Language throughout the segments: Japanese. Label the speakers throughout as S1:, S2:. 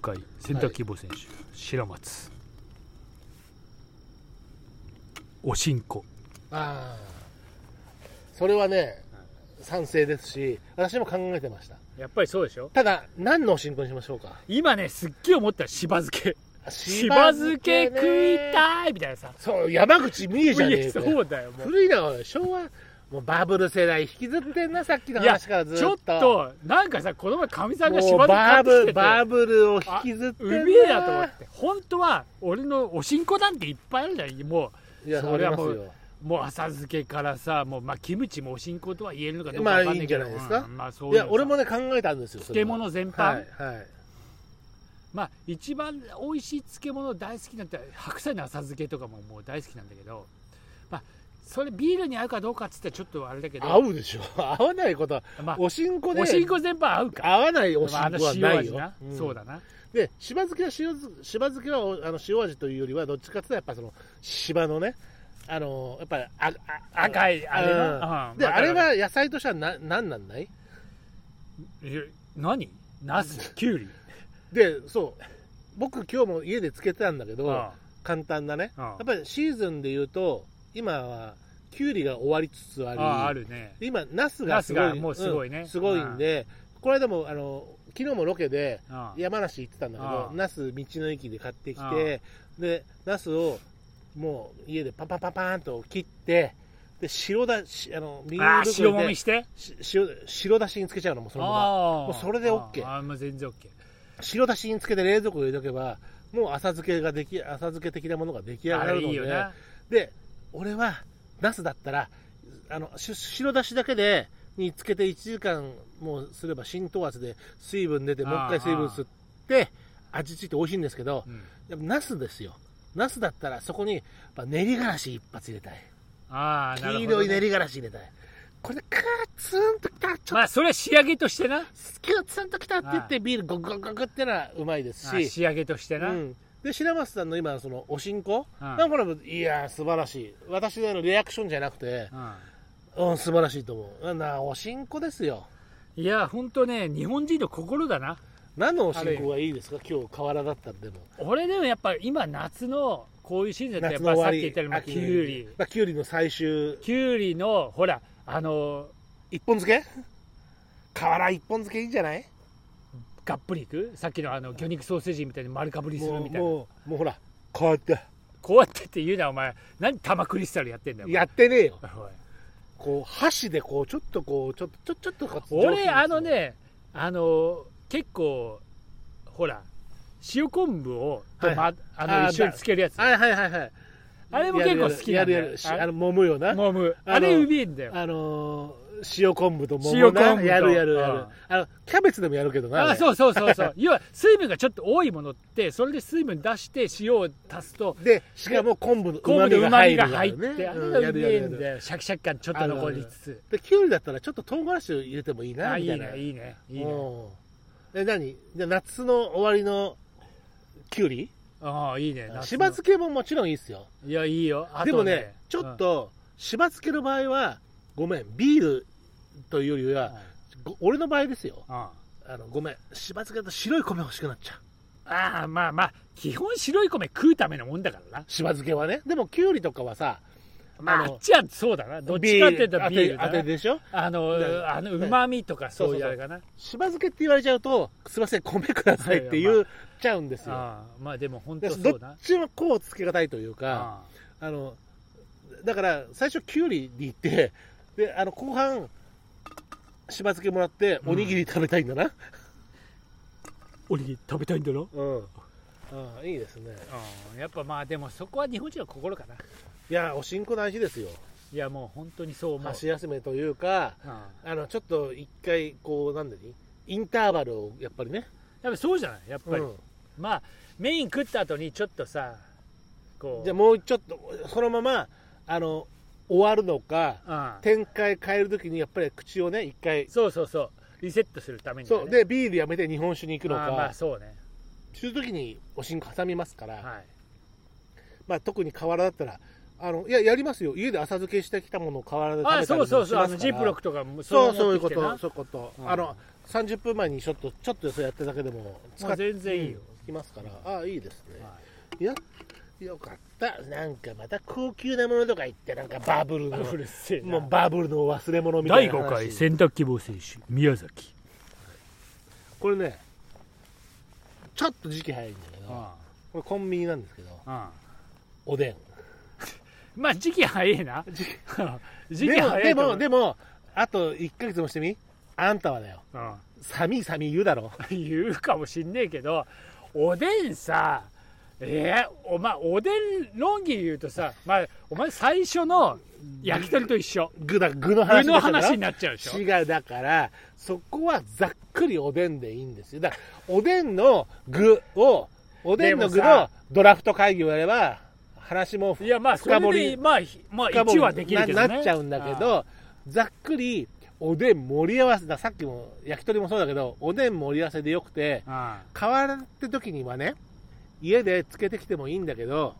S1: 回選択希望選手、白松おしんこ
S2: ああそれはね賛成ですし私も考えてました
S1: やっぱりそうでしょ
S2: ただ何のおしんこにしましょうか
S1: 今ねすっげえ思ったしば漬けしば漬け食い
S2: い
S1: たいみたいなさ
S2: そう山口みえじゃねえかよ
S1: そうだよもう
S2: 古いなおい昭和もうバブル世代引きずってんなさっきの
S1: いや
S2: 話からずっ
S1: ちょっとなんかさこの前かみさんがし
S2: もう
S1: ば
S2: バ
S1: 漬け買ってきて
S2: ブ
S1: て
S2: バブルを引きずってん
S1: うめえなと思って本当は俺のおしんこなんていっぱいあるじゃんも
S2: いや
S1: そ
S2: そ
S1: れ
S2: れ
S1: は
S2: は
S1: も
S2: も
S1: う
S2: う
S1: うもう浅漬けからさもう、まあ、キムチもおしんことは言えるのかどうか
S2: まあ
S1: わかんないけど、
S2: いいんじゃないですか
S1: うんまあ、そう
S2: い
S1: いう
S2: や
S1: さ
S2: 俺もね考えたんですよそれ
S1: 漬
S2: は
S1: 物全般、
S2: はいはい
S1: まあ一番美味しい漬物大好きなんて白菜の浅漬けとかももう大好きなんだけどまあそれビールに合うかどうかっつってちょっとあれだけど
S2: 合うでしょ合わないことは
S1: まあ、
S2: おしんこで
S1: おしんこ全般合うか
S2: 合わないおしん
S1: まああの
S2: こは
S1: 塩
S2: ない
S1: 味
S2: よ、
S1: な、
S2: ん
S1: そうだな
S2: でしば漬けは塩漬しば漬けはおあの塩味というよりはどっちかっていうとやっぱそのしばのねあのやっぱりああ
S1: 赤いあれ
S2: あ
S1: な、うん
S2: で
S1: わ
S2: あ
S1: かる
S2: れ
S1: わかる
S2: は野菜としてはななんなんない
S1: え何ナスキュウリ
S2: でそう僕今日も家で漬けてたんだけど、
S1: うん
S2: 簡単なね、
S1: うん
S2: やっぱりシーズンで言うと今はきゅうりが終わりつつあり
S1: ああるね
S2: 今ナスがすご
S1: ナス
S2: い
S1: がもうすごいね
S2: んすごいんで、これでもあの昨日もロケで
S1: ああ
S2: 山梨行ってたんだけど、
S1: ああ
S2: ナス道の駅で買ってきて、でナスをもう家でパンパンパンパンと切ってで白だしあのビニ
S1: あ
S2: ー
S1: あ
S2: ル
S1: 塩
S2: 袋
S1: も
S2: で
S1: みして
S2: し白白だしにつけちゃうのもうそのまま
S1: あ
S2: もうそれで OK
S1: ああもう全然 OK
S2: 白だしにつけて冷蔵庫に入れとけばもう浅漬けができ浅漬け的なものが出来上
S1: あ
S2: がるの
S1: れ
S2: で
S1: いいよな
S2: で俺はナスだったらあのし白だしだけでにつけて1時間もうすれば浸透圧で水分出て
S1: あ
S2: も
S1: ー
S2: う一回水分吸って味付いて美味しいんですけど
S1: うん
S2: やっぱナスですよナスだったらそこにやっぱ練りがらし一発入れたい
S1: ああなる
S2: 黄
S1: ほど
S2: 色い練
S1: ね
S2: りがらし入れたいこれでカーツンときたちょっ
S1: まあそれは仕上げとしてな
S2: とキューツンときたって言ってビールゴクゴクゴクってのはうまいです
S1: あ
S2: し
S1: 仕上げとしてな、
S2: うん、で白松さんの今のそのおしんこ、
S1: うん
S2: なんかこれもいやー素晴らしい私のリアクションじゃなくて、うん、素晴らしいと思うなおしんこですよ
S1: いや本当ね日本人の心だな
S2: 何のおしんこがいいですか今日河原だったらでも
S1: 俺でもやっぱ今夏のこういうシーズンだってや
S2: 夏
S1: っ
S2: の
S1: ぱ
S2: 終
S1: さ
S2: わ
S1: っき
S2: り
S1: 言ったようにまあ
S2: 秋
S1: きゅうり
S2: まあ、きゅうりの最終
S1: きゅうりのほらあの
S2: 一本漬け河原一本漬けいいんじゃない
S1: がっぷりいくさっきのあの魚肉ソーセージみたいに丸かぶりする
S2: も
S1: み
S2: う
S1: たいな
S2: もうもうほらこうやって
S1: こうやってって言うなお前何玉クリスタルやってんだよお前
S2: やってねえよ
S1: おい
S2: こう箸でこうちょっとこうちょっとちょちょっとこう上
S1: 俺
S2: 手に
S1: あのねあの結構ほら塩昆布をと、
S2: はい
S1: まあの
S2: あー
S1: 一緒につけるやつあ
S2: はいはいはいはい
S1: れも結構好きな
S2: や
S1: ん
S2: る
S1: だ
S2: や
S1: よ
S2: るやるしあの揉むよな
S1: あもうもう
S2: あの
S1: あれうめえんだよ
S2: あのー塩昆布とも
S1: 塩昆布と
S2: やるやるやる、
S1: うん
S2: あのキャベツでもやるけどな
S1: あ
S2: れ
S1: そうそうそうそう要は水分がちょっと多いものってそれで水分出して塩を足すと
S2: でしかも昆布の
S1: 昆布のう
S2: う
S1: ま
S2: ま
S1: み
S2: み
S1: が
S2: が
S1: 入
S2: 入
S1: っ
S2: る
S1: て、
S2: ね
S1: あれ
S2: うん
S1: が
S2: や
S1: うめ
S2: るやる
S1: え
S2: や
S1: ん
S2: る
S1: だよシャキシャキ感ちょっと残りつつ
S2: できゅうりだったらちょっと唐辛子を入れてもいい
S1: あ
S2: なみたいない
S1: いねいいねいいね
S2: うんえ何じゃあ夏の終わりのきゅうり
S1: ああいいね夏の
S2: しば漬けももちろんいいですよ
S1: いやいいよあと
S2: でもねちょっ、としば漬けの場合はごめんビールというより
S1: うん
S2: はご俺の場合ですよ
S1: うんあ
S2: あのごめんしば漬けだと白い米欲しくなっちゃう
S1: あまあまあ基本白い米食うためのもんだからな
S2: しば漬けはねでもきゅうりとかはさ
S1: まあ
S2: あの
S1: あっちはそうだなどっちかって言ったらビール
S2: あ
S1: だ
S2: て
S1: な
S2: でしょ
S1: あの
S2: ね
S1: あのうまみとかそういう
S2: そうそうそう
S1: あれかな
S2: しば漬けって言われちゃうとすいません米くださいって言っちゃうんですよ
S1: ああまあでも本
S2: で
S1: 当
S2: ど
S1: そうだ
S2: っちもこうつけがたいというか
S1: あ
S2: あのだから最初きゅうりに行ってであの後半しば漬けもらっておにぎり食べたいんだな
S1: おにぎり食べたいんだろ
S2: うん、あいいですね
S1: うん、やっぱまあでもそこは日本人の心かない
S2: やおしんこ大事ですよ
S1: いやもう本当にそう思う、
S2: 箸休めというか
S1: うん、やっ
S2: あのちょっと一回こうなんでにインターバルをやっぱりね、
S1: ぱりそうじゃないやっぱり、
S2: うん
S1: まあメイン食った後にちょっとさこう
S2: じゃあもうちょっとそのままあの終わるのか
S1: あ、うん、
S2: 展開変えるときにやっぱり口をね一回
S1: そうそうそうリセットするためにはね、
S2: そうでビールやめて日本酒に行くの
S1: まあまあ
S2: か
S1: そうね
S2: そういうときにおしんこ挟みますから、
S1: はい
S2: まあ、特に河原だったらあのいややりますよ家で浅漬けしてきたものを河原で食べた
S1: あ
S2: り
S1: そうそう
S2: もし
S1: そうあ
S2: ます
S1: の
S2: か
S1: ジ
S2: ら
S1: ップロックとかも
S2: そう
S1: れを
S2: そうい
S1: 持っ
S2: う
S1: てき
S2: こ
S1: てな
S2: とそういうこと、
S1: うん
S2: あの30分前にちょっとちょっとそれやってるだけでも使
S1: もう
S2: っ
S1: 全然いいよ、
S2: きますから、ああ、いいですね。
S1: はい
S2: や、よかった。なんかまた高級なものとか言って、なんかバブルの、
S1: い、うるせえ
S2: も
S1: な
S2: うバブルの忘れ物みたい
S1: 第
S2: な話。
S1: 5回選択希望選手宮崎
S2: これね、ちょっと時期早いんだけど、
S1: あ
S2: これコンビニなんですけど、
S1: あああ
S2: おでん。
S1: まあ時期早い な時期
S2: でも、
S1: 早
S2: で
S1: いと思
S2: も、
S1: う
S2: でも、あと1ヶ月もしてみあんたはだよ。
S1: うん
S2: 寒い寒い言うだろ。
S1: 言うかもしんねえけどおでんさえー、お前おでん論議言うとさ、まあ、お前最初の焼き鳥と一緒
S2: 具だ、具の
S1: 具
S2: 話
S1: の
S2: だ
S1: 話になっちゃうでしょ
S2: 違う、だから、そこはざっくりおでんでいいんですよ。だから、おでんの具を、おでんの具
S1: でも
S2: の
S1: さ
S2: ドラフト会議をやれば、話も
S1: いやまあそ
S2: 深掘
S1: れ
S2: り
S1: で、まあ、ひまあ
S2: 深掘
S1: 1
S2: り
S1: はできるけどね
S2: ななっちゃうんだけど、ざっくり、おでん盛り合わせだ、さっきも焼き鳥もそうだけど、おでん盛り合わせでよくて、
S1: あ
S2: 変わって時にはね、家でつけてきてもいいんだけど、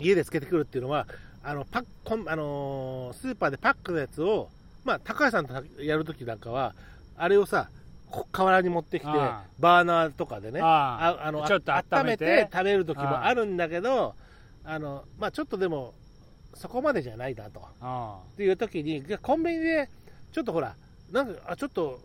S2: 家でつけてくるっていうのは、あのパッコンあのースーパーでパックのやつを、まあ、高橋さんとやる時なんかは、あれをさ、こ河原に持ってきて、
S1: ああ
S2: バーナーとかで
S1: あ
S2: ね、
S1: あ
S2: ああの
S1: ちょっと
S2: あ
S1: 温めて
S2: 食べる時もあるんだけど、あのまあ、ちょっとでも、そこまでじゃないなと。
S1: あ
S2: っていう時にいやコンビニでちょっとほらなんかあちょっと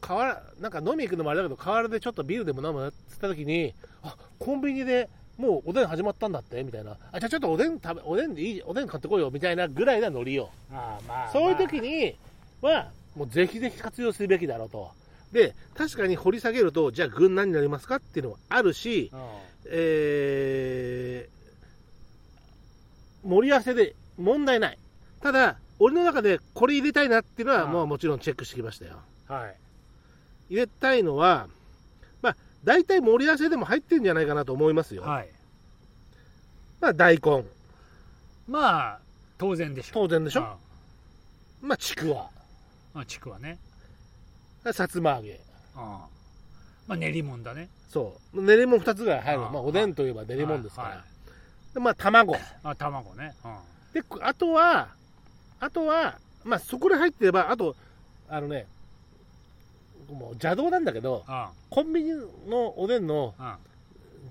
S2: 河原なんか飲み行くのもあれだけど河原でちょっとビールでも飲むっつった時にあコンビニでもうおでん始まったんだってみたいなあじゃあちょっとおでん食べおでんでいいおでん買ってこいよみたいなぐらいなノリよ
S1: ああまあ
S2: そういう時にはもうぜひぜひ活用するべきだろうとで確かに掘り下げるとじゃあ軍何になりますかっていうのもあるし、
S1: まあうん
S2: えー盛り合わせで問題ないただ俺の中でこれ入れたいなっていうのは
S1: うん
S2: もうもちろんチェックしてきましたよ
S1: はい
S2: 入れたいのはまあ大体盛り合わせでも入ってるんじゃないかなと思いますよ、
S1: はい
S2: まあ大根
S1: まあ当然でしょ
S2: 当然で
S1: で
S2: しょ、まあちくわ
S1: ああちくわね
S2: さつま揚げ
S1: ああまあ練り物だね
S2: そう練り物2つぐらい入る、
S1: うん
S2: まあ、おでんといえば練り物ですから、
S1: はいはい
S2: でまあ卵
S1: あ卵ねうん
S2: でこあとはあとはまあそこで入ってればあとあのねもう邪道なんだけど
S1: あ
S2: コンビニのおでんの
S1: あ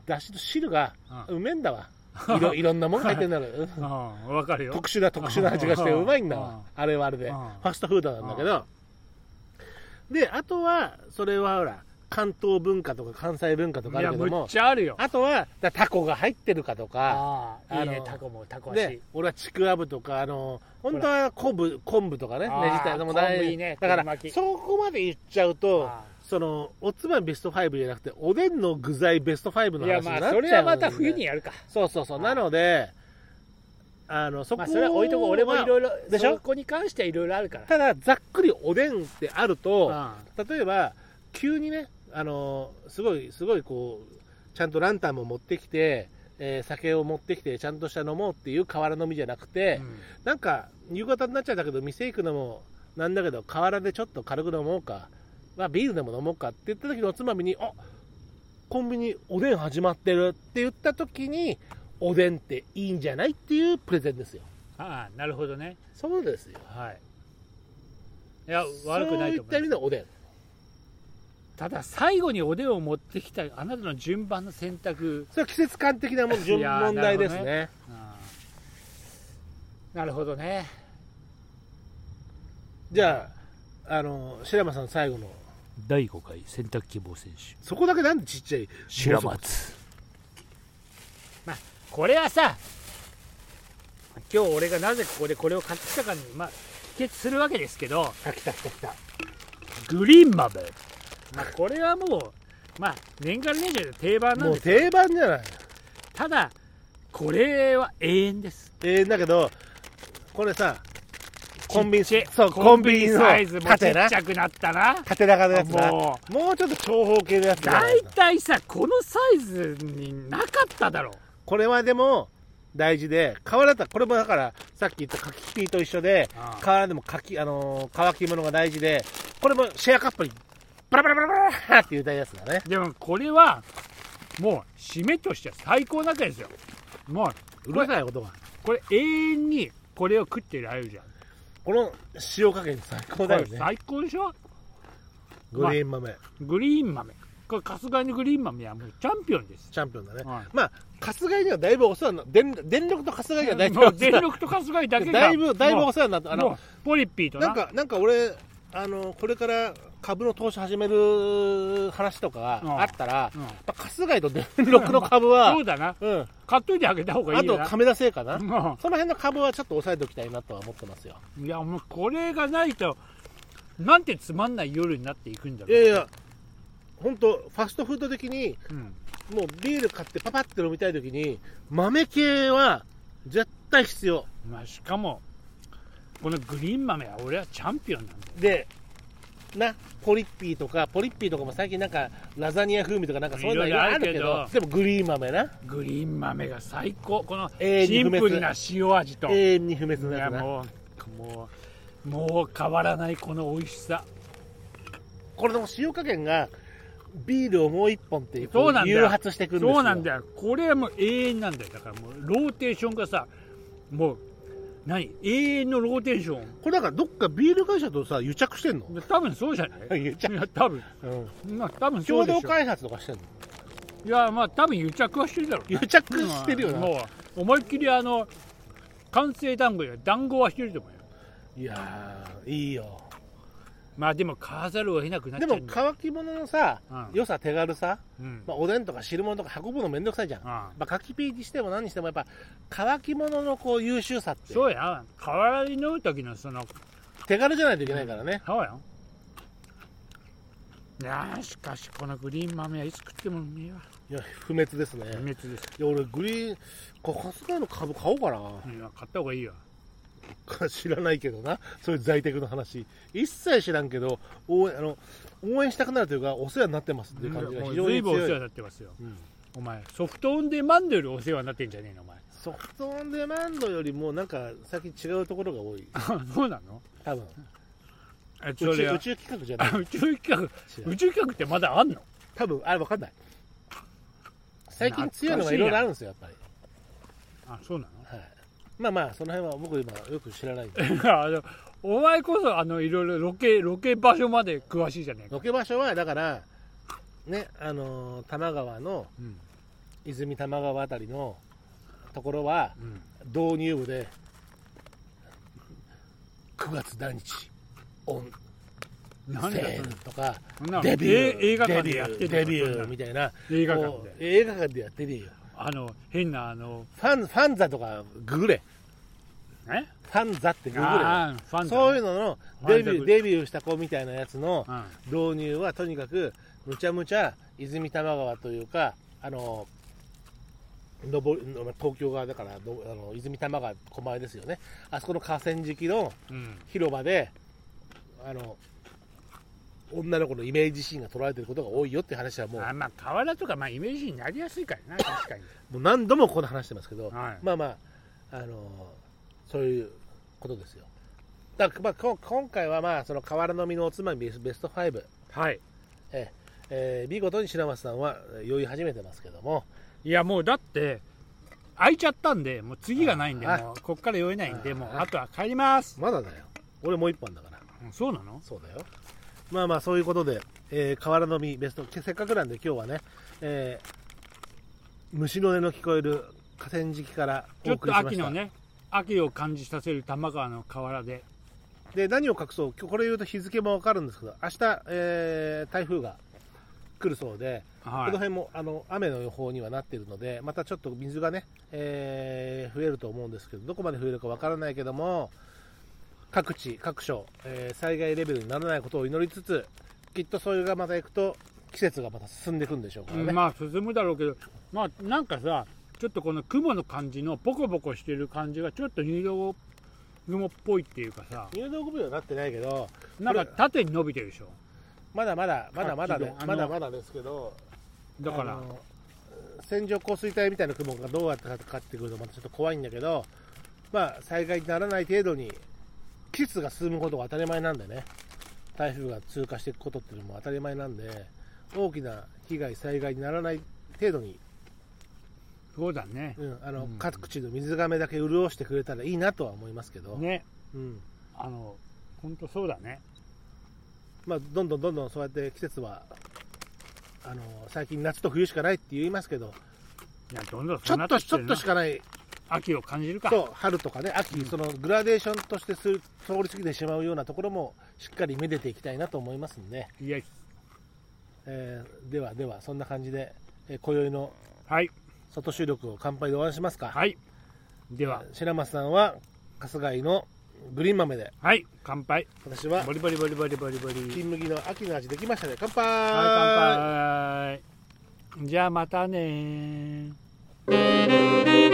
S2: だしと汁が
S1: ああ
S2: うめえんだわいろいろんなもん入ってんだからうん
S1: ああわかるよ
S2: 特殊な特殊な味がして
S1: うん
S2: うまいんだ
S1: うん
S2: わあれはあれで
S1: う
S2: フ
S1: ん
S2: ァストフードなんだけどであとはそれはほら関東文化とか関西文化とかあ
S1: い
S2: る
S1: や
S2: けど
S1: むっ
S2: も
S1: ちゃあるよ
S2: あとはだタコが入ってるかとか
S1: ああいい
S2: あ
S1: ね
S2: の
S1: タコもタコ
S2: で
S1: 足
S2: 俺はちくわぶとかあの本当は昆布昆布とかねね
S1: あー
S2: じたいのも大
S1: 昆布いいね
S2: だから
S1: 巻き
S2: そこまで言っちゃうと
S1: あ
S2: そのおつまみベスト5じゃなくておでんの具材ベスト5の
S1: いや
S2: 話に
S1: ま
S2: なっちゃうん
S1: あそれはまた冬にやるか
S2: そうそうそう
S1: は
S2: ないのであのそこ
S1: まあそれは置いとこう俺もいろいろ
S2: でしょ
S1: そこに関してはいろいろあるから
S2: ただざっくりおでんってあると
S1: あ
S2: 例えば急にねあのすごいすごいこうちゃんとランタンも持ってきて、えー酒を持ってきてちゃんとした飲もうっていう河原飲みじゃなくて、
S1: あうん
S2: なんか夕方になっちゃうんだけど店行くのもなんだけど河原でちょっと軽く飲もうか、まあ、ビールでも飲もうかって言った時のおつまみにあコンビニおでん始まってるって言った時におでんっていいんじゃないっていうプレゼンですよ
S1: ああなるほどね
S2: そうですよ
S1: はいいや悪くないと
S2: そういっ
S1: 思
S2: た
S1: いま
S2: 意
S1: す
S2: 味のおでん
S1: ただ最後におでんを持ってきたあなたの順番の選択
S2: それは季節感的なもん順
S1: いやー
S2: 問題ですね
S1: なああなるほどね
S2: じゃああの白間さん最後の
S1: 第5回選択希望選手
S2: そこだけなんでちっちゃい
S1: 松まあこれはさ今日俺がなぜここでこれを買ってきたかにまあ帰結するわけですけど
S2: あ来た来た来た
S1: グリーン豆、まあ、これはもうまあ年間年中で定番なん
S2: もう
S1: です
S2: 定番じゃない
S1: ただこれは永遠です
S2: えー、だけどこれさコンビニ
S1: ちっちゃい
S2: そう
S1: コ
S2: コ
S1: ン
S2: ン
S1: ビ
S2: ビ
S1: ニ
S2: ニ
S1: の
S2: の
S1: サイズもちっち
S2: 縦な
S1: ゃくなったな
S2: 縦長のやつな
S1: も
S2: もうちょっと長方形のやつ
S1: う
S2: じゃない
S1: 大
S2: の
S1: 体さこのサイズになかっただろ
S2: これはでも大事で河原だこれもだからさっき言った柿ピーと一緒で
S1: ああ
S2: 河原でも柿、あのー乾き物が大事でこれもシェアカップにバラバラバラバラって言うたやつだね
S1: でもこれはもう締めとしては最高なわけですよもう
S2: うるさい音が
S1: これ永遠にこれを食ってられるじゃん
S2: この塩加減最高だよ
S1: これ
S2: ね
S1: 最高でしょ
S2: グリーン豆
S1: グリーン豆これ春日にグリーンマンはもうチャンピオンです。
S2: チャンピオンだね。
S1: はい
S2: まあ、春日井にはだいぶお世話にな電電力と春日井がだいぶ
S1: もう全力と春日井だけが
S2: だいぶ、だいぶ
S1: も
S2: お世話になった。あ
S1: うも
S2: の
S1: う、ポリッピーとな
S2: なんか、なんか俺、あの、これから株の投資始める話とか
S1: うん
S2: があったら、や
S1: うん
S2: っぱ春日井と電力の株は
S1: そ、うだな
S2: うん、あ
S1: 買っといてあげた方がいいよ
S2: と
S1: な
S2: 亀田製かな。
S1: も
S2: その辺の株はちょっと抑えておきたいなとは思ってますよ。
S1: ういやもうこれがないとなんてつまんない夜になっていくんだ
S2: い
S1: ろう
S2: やいや、本当ファストフード的に、
S1: うん
S2: もうビール買ってパパって飲みたい時に、豆系は絶対必要。
S1: まあ、しかもこのグリーン豆は俺はチャンピオンなんだよ
S2: で、な、ポリッピーとか、ポリッピーとかも最近なんか、ラザニア風味とかなんかそういうの
S1: い
S2: い
S1: ろいろ
S2: ろいろ
S1: ある
S2: ある
S1: け
S2: け
S1: ど
S2: ど、でもグリーン豆な。
S1: グリーン豆が最高この
S2: 永遠に
S1: シン
S2: 不滅
S1: プルな塩味と、
S2: 永遠に不滅の
S1: い
S2: や
S1: や
S2: つな。
S1: もうもうもう変わらないこの美味しさ
S2: これでも塩加減が、ビールをもう一本っていう、
S1: そうなんだよ
S2: 誘発していくんですよ。
S1: そうなん
S2: よ。
S1: だよこれはもう永遠なんだよだからもうローテーションがさもう何永遠のローテーション
S2: これだからどっかビール会社とさ、癒着してんの
S1: 多分そうじゃない
S2: 癒着
S1: いや多分
S2: うん
S1: まあ多分そ
S2: 共
S1: うで
S2: 同
S1: しょ
S2: 開発とかしてんの
S1: いやまあ多分癒着はしてるだろうな
S2: 癒着してるよ
S1: うん
S2: な。
S1: もう思いっきりあの完成団子や団子はしてると思うよ
S2: いやー、いいよ。
S1: まあでも買わざるを得なくなっち
S2: で
S1: ゃう
S2: も
S1: んだよ
S2: 乾き物のさ、
S1: うん
S2: 良さ手軽さ、
S1: うん
S2: まあ、おでんとか汁物とか運ぶのめんどくさいじゃん、ま
S1: あ
S2: あ、かきピーにしても何にしてもやっぱ乾き物のこう優秀さって
S1: そうや代わり飲む時のその
S2: 手軽じゃないといけないからね、
S1: そうやいやーしかしこのグリーン豆はいつ食ってもうめえわ
S2: いや不滅ですね、
S1: 不
S2: い
S1: 滅です
S2: や俺グリーンこれ春日井の株買おうか
S1: いや買った方がいいよ
S2: な 知らないけどなそういう在宅の話一切知らんけど応援あの応援したくなるというかお世話になってますっていう感じが
S1: もう
S2: 非常
S1: ずい
S2: に
S1: ぶんお世
S2: 強
S1: 話
S2: い、
S1: になってますよ
S2: うん
S1: お前ソフトオンデマンドよりお世話になってんじゃねえのお前
S2: ソフトオンデマンドよりもなんか最近違うところが多い
S1: そうなの
S2: 多分
S1: えそれ
S2: 宇宙
S1: は
S2: 宇宙企画じゃない
S1: あ宇宙企画
S2: 違う
S1: 宇宙企画ってまだあんの
S2: 多分あれわかんない最近強いのがいろいろあるんですよやっぱり、
S1: あそうな
S2: はい、まあまあその辺は僕今よく知らないんで
S1: の あのお前こそあのいろいろロケロケ場所まで詳しいじゃねえか
S2: ロケ場所はだからねあのー多摩川の
S1: うん
S2: 泉多摩川あたりのところは
S1: うん
S2: 導入部で9月何日オン
S1: 何
S2: セ
S1: だ
S2: ールとか
S1: そんなの
S2: デビュー
S1: え映画館でやって
S2: デビューデビューみ
S1: み
S2: た
S1: たい
S2: いな
S1: な映画
S2: こ
S1: 館
S2: う
S1: で
S2: 映画館でやってるよ
S1: あの変なあの
S2: ファンファンザとかググれ
S1: え
S2: ファンザってググれよ
S1: ああファンだ
S2: そういうのの
S1: ファ
S2: デ
S1: ンザ
S2: ビュ
S1: グ
S2: ーデビューした子みたいなやつの
S1: うん
S2: 導入はとにかくむちゃむちゃ泉多摩川というかあの上り東京側だからどあの泉多摩川狛江ですよねあそこの河川敷の
S1: うん
S2: 広場であの女の子のイメージシーンが撮られてることが多いよっていう話はもう
S1: あまあ河原とかまあイメージになりやすい からな確かに
S2: もう何度もここで話してますけど、
S1: はい
S2: まあまあ、あのそういうことですよ。だからまあ、こ今回はまあその河原のみのおつまみベスベスト5、
S1: はい
S2: えーえー見事に白松さんはえー酔い始めてますけども、
S1: いやもうだって開いちゃったんでもう次がないんで
S2: あ
S1: もうこっから酔えないんで
S2: あ
S1: もうあとは帰ります
S2: まだだよ。俺もう一本だから。
S1: うんそうなの
S2: そうだよ。まあまあそういうことで、えー、河原のみベスト、けせっかくなんで今日はね、えー虫の音の聞こえる河川敷から
S1: ちょ
S2: お
S1: っ
S2: 送り
S1: と
S2: しました。
S1: 秋のね秋を感じさせる多摩川の河原で
S2: で何を隠そう今日これ言うと日付もわかるんですけど明日、えー台風が来るそうで、
S1: は
S2: この
S1: い
S2: 辺もあの雨の予報にはなっているのでまたちょっと水がね、えー増えると思うんですけどどこまで増えるかわからないけども各地各所、えー災害レベルにならないことを祈りつつきっとそれがまた行くと季節がまた進んでいくんでしょうからね、
S1: まあ進むだろうけどまあなんかさちょっとこの雲の感じのボコボコしてる感じがちょっと入道雲っぽいっていうかさ
S2: 入道雲にはなってないけど
S1: なんか縦に伸びてるでしょ
S2: まだまだまだまだ
S1: あ
S2: で
S1: 昨日あの
S2: まだまだですけど
S1: だか
S2: あ
S1: ら
S2: の線状降水帯みたいな雲がどうやってかかってくるとまたちょっと怖いんだけど、まあ、災害にならない程度に季節が進むことが当たり前なんでね台風が通過していくことっていうのも当たり前なんで大きな被害災害にならない程度に、
S1: そうだね
S2: うんあの
S1: うん
S2: 各地の水がめだけ潤してくれたらいいなとは思いますけど、
S1: ね
S2: うん
S1: あの本当そうだね
S2: まあ、どんどんどんどんそうやって季節はあの最近夏と冬しかないって言いますけど
S1: いやどんどん
S2: ちょっとちょっとし
S1: か
S2: かない
S1: 秋を感じるか
S2: と春とかね秋、
S1: うん
S2: そのグラデーションとしてする通り過ぎてしまうようなところもしっかりめでていきたいなと思いますんで、
S1: いや
S2: えーではではそんな感じで、えー今宵の
S1: はい
S2: 外収録を乾杯で終わりしますか、
S1: はいでは
S2: 白松さんは春日井のグリーン豆で
S1: はい乾杯
S2: 私は
S1: ボリボリボリボリボリボリはい
S2: 金麦の秋の味できましたね乾杯,、
S1: 乾杯じゃあまたねー